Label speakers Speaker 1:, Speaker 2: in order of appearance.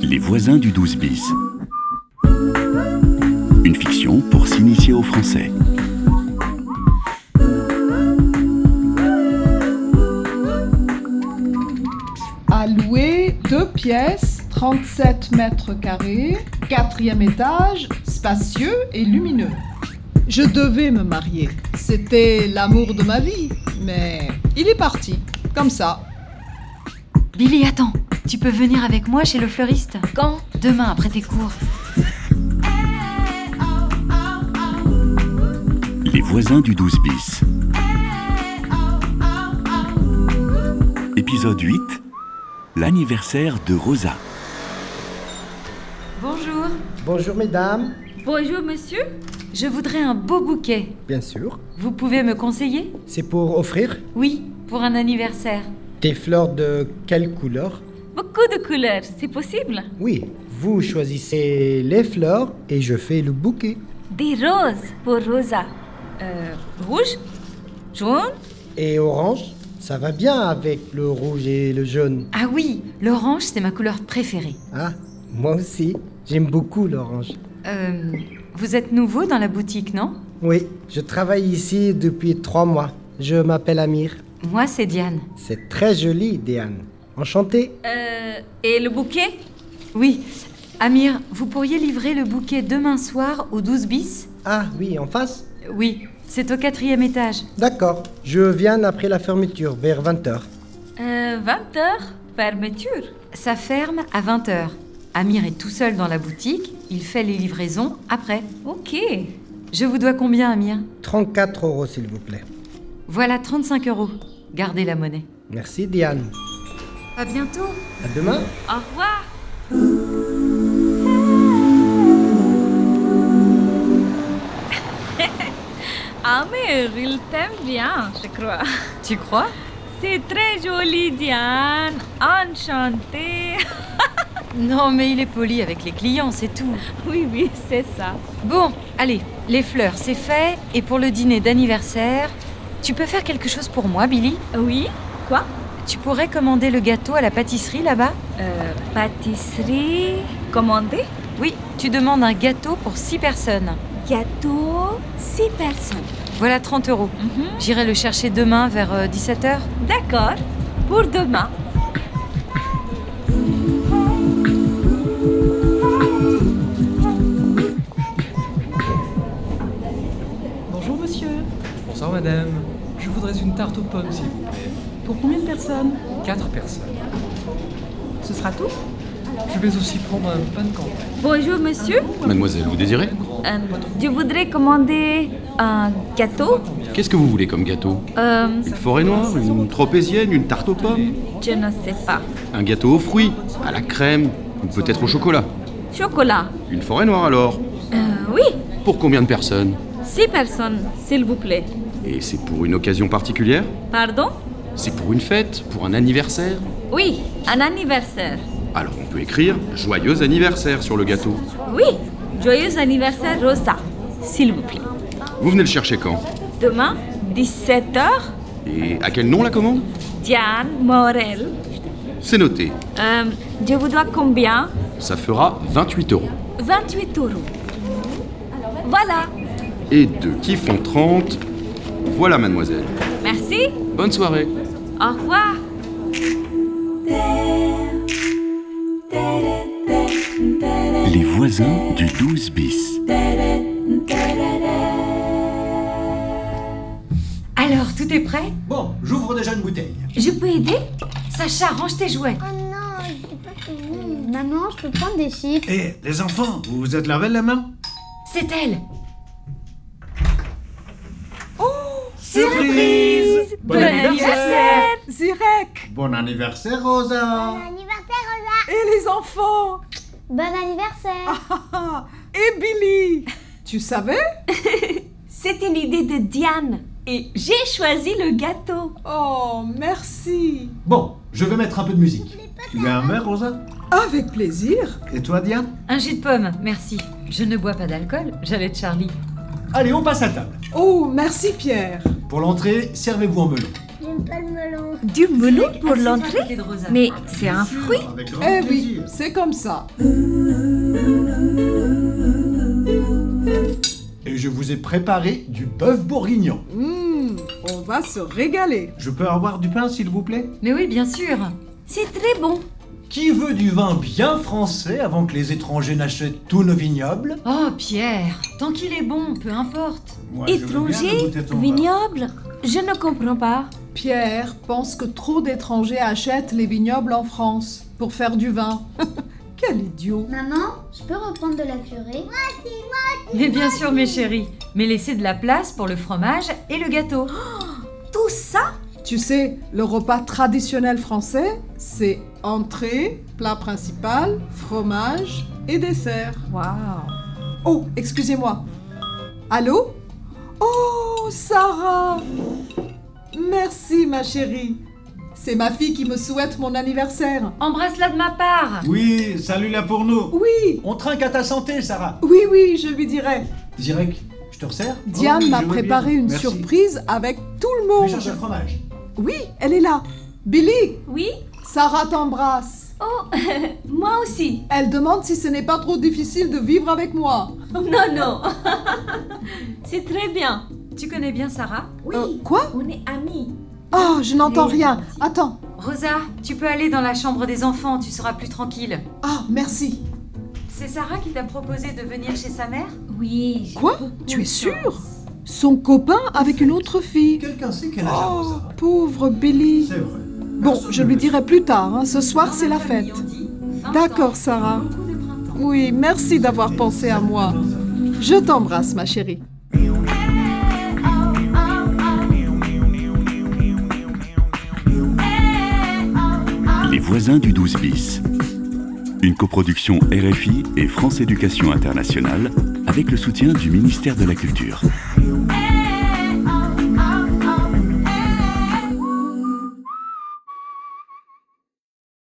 Speaker 1: Les voisins du 12 bis. Une fiction pour s'initier au français.
Speaker 2: à louer deux pièces, 37 mètres carrés, quatrième étage, spacieux et lumineux. Je devais me marier. C'était l'amour de ma vie, mais il est parti, comme ça.
Speaker 3: Billy, attends, tu peux venir avec moi chez le fleuriste Quand Demain, après tes cours.
Speaker 1: Les voisins du 12 bis. Épisode 8. L'anniversaire de Rosa.
Speaker 3: Bonjour.
Speaker 4: Bonjour mesdames,
Speaker 3: Bonjour, monsieur. Je voudrais un beau bouquet.
Speaker 4: bien sûr.
Speaker 3: Vous pouvez me conseiller
Speaker 4: C'est pour offrir
Speaker 3: Oui, pour un anniversaire.
Speaker 4: des fleurs de quelle couleur
Speaker 3: Beaucoup de couleurs, c'est possible
Speaker 4: Oui, vous choisissez les fleurs et je fais le bouquet.
Speaker 3: Des roses pour Rosa. Euh, rouge Jaune
Speaker 4: Et orange, ça va bien avec le rouge et le jaune.
Speaker 3: Ah oui, l'orange, c'est ma couleur préférée.
Speaker 4: Ah, moi aussi, j'aime beaucoup l'orange.
Speaker 3: Euh, vous êtes nouveau dans la boutique, non
Speaker 4: Oui, je travaille ici depuis trois mois. Je m'appelle Amir.
Speaker 3: Moi, c'est Diane.
Speaker 4: C'est très joli, Diane. Enchanté.
Speaker 3: Euh, et le bouquet Oui. Amir, vous pourriez livrer le bouquet demain soir au 12 bis
Speaker 4: Ah oui, en face
Speaker 3: Oui, c'est au quatrième étage.
Speaker 4: D'accord, je viens après la fermeture, vers 20h.
Speaker 3: Euh,
Speaker 5: 20h, fermeture.
Speaker 3: Ça ferme à 20h. Amir est tout seul dans la boutique, il fait les livraisons après.
Speaker 5: Ok.
Speaker 3: Je vous dois combien, Amir
Speaker 4: 34 euros, s'il vous plaît.
Speaker 3: Voilà 35 euros. Gardez la monnaie.
Speaker 4: Merci, Diane.
Speaker 3: À bientôt
Speaker 4: À demain.
Speaker 5: Au revoir. Amir, il t'aime bien, je crois.
Speaker 3: Tu crois
Speaker 5: C'est très joli, Diane. Enchantée.
Speaker 3: Non, mais il est poli avec les clients, c'est tout.
Speaker 5: Oui, oui, c'est ça.
Speaker 3: Bon, allez, les fleurs, c'est fait. Et pour le dîner d'anniversaire, tu peux faire quelque chose pour moi, Billy
Speaker 5: Oui Quoi
Speaker 3: Tu pourrais commander le gâteau à la pâtisserie là-bas
Speaker 5: Euh, Pâtisserie commandée
Speaker 3: Oui, tu demandes un gâteau pour 6 personnes.
Speaker 5: Gâteau, 6 personnes.
Speaker 3: Voilà 30 euros.
Speaker 5: Mhm.
Speaker 3: J'irai le chercher demain vers euh, 17h.
Speaker 5: D'accord, pour demain.
Speaker 6: Bonjour monsieur,
Speaker 7: Bonsoir madame, je voudrais une tarte aux pommes s'il vous plaît.
Speaker 6: pour combien de personnes
Speaker 7: Quatre personnes.
Speaker 6: Ce sera tout
Speaker 7: Je vais aussi prendre un pain de campagne.
Speaker 5: Bonjour, monsieur.
Speaker 8: Mademoiselle, vous désirez
Speaker 5: Euh, je voudrais commander un gâteau.
Speaker 8: Qu'est-ce que vous voulez comme gâteau
Speaker 5: Euh,
Speaker 8: Une forêt noire, une tropézienne, une tarte aux pommes,
Speaker 5: je ne sais pas.
Speaker 8: un gâteau aux fruits, à la crème, ou peut-être au chocolat.
Speaker 5: Chocolat.
Speaker 8: Une forêt noire alors
Speaker 5: Euh, oui,
Speaker 8: Pour combien de personnes
Speaker 5: six personnes, s'il vous plaît.
Speaker 8: Et c'est pour une occasion particulière
Speaker 5: Pardon
Speaker 8: C'est pour une fête Pour un anniversaire
Speaker 5: Oui, un anniversaire.
Speaker 8: Alors on peut écrire Joyeux anniversaire sur le gâteau.
Speaker 5: Oui, joyeux anniversaire, Rosa. S'il vous plaît.
Speaker 8: Vous venez le chercher quand
Speaker 5: Demain, 17h,
Speaker 8: Et à quel nom la commande
Speaker 5: Diane Morel.
Speaker 8: C'est noté.
Speaker 5: Euh, je vous dois combien
Speaker 8: Ça fera 28 euros.
Speaker 5: 28 euros. Voilà,
Speaker 8: Et deux qui font 30. Voilà mademoiselle.
Speaker 5: merci,
Speaker 8: Bonne soirée.
Speaker 5: au revoir.
Speaker 1: Les voisins du 12 bis.
Speaker 3: Alors, tout est prêt
Speaker 9: Bon, j'ouvre déjà une bouteille.
Speaker 3: Je peux aider Sacha, range tes jouets.
Speaker 10: Oh non, j'ai pas fini. Maman, je peux prendre des chips
Speaker 9: Eh, les enfants, vous vous êtes lavé la main
Speaker 3: C'est elle.
Speaker 9: Surprise
Speaker 3: Bon, anniversaire
Speaker 2: Zirek
Speaker 9: Bon anniversaire, Rosa
Speaker 10: Bon anniversaire, Rosa Oh,
Speaker 2: et les enfants Ah,
Speaker 10: Bon anniversaire
Speaker 2: Et Billy Tu savais
Speaker 5: C'était l'idée de Diane et j'ai choisi le gâteau.
Speaker 2: Oh, merci
Speaker 9: Bon, je vais mettre un peu de musique. Tu veux un verre, Rosa
Speaker 2: Avec plaisir
Speaker 9: Et toi, Diane
Speaker 3: Un jus de pomme, merci. Je ne bois pas d'alcool, j'allais de Charlie.
Speaker 9: Allez, on passe à table.
Speaker 2: Oh, merci Pierre
Speaker 9: Pour l'entrée, servez-vous en melon.
Speaker 10: Je j'aime pas le melon.
Speaker 5: Du melon pour l'entrée
Speaker 3: de Rosa.
Speaker 5: Mais c'est un fruit
Speaker 9: Avec grand
Speaker 2: Eh oui,
Speaker 9: plaisir.
Speaker 2: c'est comme ça.
Speaker 9: Et je vous ai préparé du bœuf bourguignon.
Speaker 2: Hum, on va se régaler.
Speaker 9: Je peux avoir du pain, s'il vous plaît
Speaker 3: Mais oui, bien sûr.
Speaker 5: C'est très bon.
Speaker 9: Qui veut du vin bien français avant que les étrangers n'achètent tous nos vignobles
Speaker 3: Oh, Pierre, tant qu'il est bon, peu importe.
Speaker 9: Moi, je veux bien le
Speaker 5: Étranger,
Speaker 9: goûter ton vin.
Speaker 5: vignoble, je ne comprends pas.
Speaker 2: Pierre pense que trop d'étrangers achètent les vignobles en France pour faire du vin. Quel idiot.
Speaker 10: Maman, je peux reprendre de la purée
Speaker 3: Mais bien sûr, mes chéris. Mais laissez de la place pour le fromage et le gâteau.
Speaker 5: Oh, Tout ça
Speaker 2: Tu sais, le repas traditionnel français, c'est entrée, plat principal, fromage et dessert.
Speaker 6: Waouh
Speaker 2: Oh, excusez-moi. Allô Oh, Sarah Merci, ma chérie. C'est ma fille qui me souhaite mon anniversaire.
Speaker 3: Embrasse-la de ma part.
Speaker 9: Oui, salut là pour nous.
Speaker 2: Oui,
Speaker 9: On trinque à ta santé, Sarah.
Speaker 2: oui, oui, je lui dirai.
Speaker 9: Zirek, je te resserre
Speaker 2: Diane
Speaker 9: Oh,
Speaker 2: m'a
Speaker 9: je veux
Speaker 2: préparé
Speaker 9: bien.
Speaker 2: une
Speaker 9: Merci.
Speaker 2: surprise avec tout le
Speaker 9: Je cherche le
Speaker 2: monde.
Speaker 9: fromage.
Speaker 2: Oui, elle est là. Billy,
Speaker 5: Oui
Speaker 2: Sarah t'embrasse.
Speaker 5: Oh, moi aussi.
Speaker 2: Elle demande si ce n'est pas trop difficile de vivre avec moi.
Speaker 5: Non, Oh non. c'est très bien. Oh.
Speaker 3: Tu connais bien Sarah
Speaker 5: Oui,
Speaker 2: Euh, quoi
Speaker 5: on est amis.
Speaker 2: Oh, je n'entends rien. Attends.
Speaker 3: Rosa, tu peux aller dans la chambre des enfants, tu seras plus tranquille.
Speaker 2: Ah, merci.
Speaker 3: C'est Sarah qui t'a proposé de venir chez sa mère
Speaker 5: Oui, j'ai
Speaker 2: Quoi
Speaker 5: beaucoup
Speaker 2: Tu es
Speaker 5: de
Speaker 2: sûre
Speaker 5: chance.
Speaker 2: Son copain avec une autre fille.
Speaker 9: Quelqu'un sait quel âge a
Speaker 2: Oh,
Speaker 9: Rosa
Speaker 2: pauvre Billy.
Speaker 9: C'est vrai.
Speaker 2: Bon, je lui dirai plus tard. hein. Ce soir,
Speaker 3: Dans
Speaker 2: c'est
Speaker 3: ma
Speaker 2: la
Speaker 3: famille,
Speaker 2: fête.
Speaker 3: on dit 20 ans,
Speaker 2: D'accord, Sarah.
Speaker 3: beaucoup de printemps.
Speaker 2: Oui, merci d'avoir pensé à moi. Je t'embrasse, ma chérie.
Speaker 1: Les voisins du 12 bis. Une coproduction RFI et France Éducation Internationale avec le soutien du ministère de la Culture.
Speaker 10: Eh,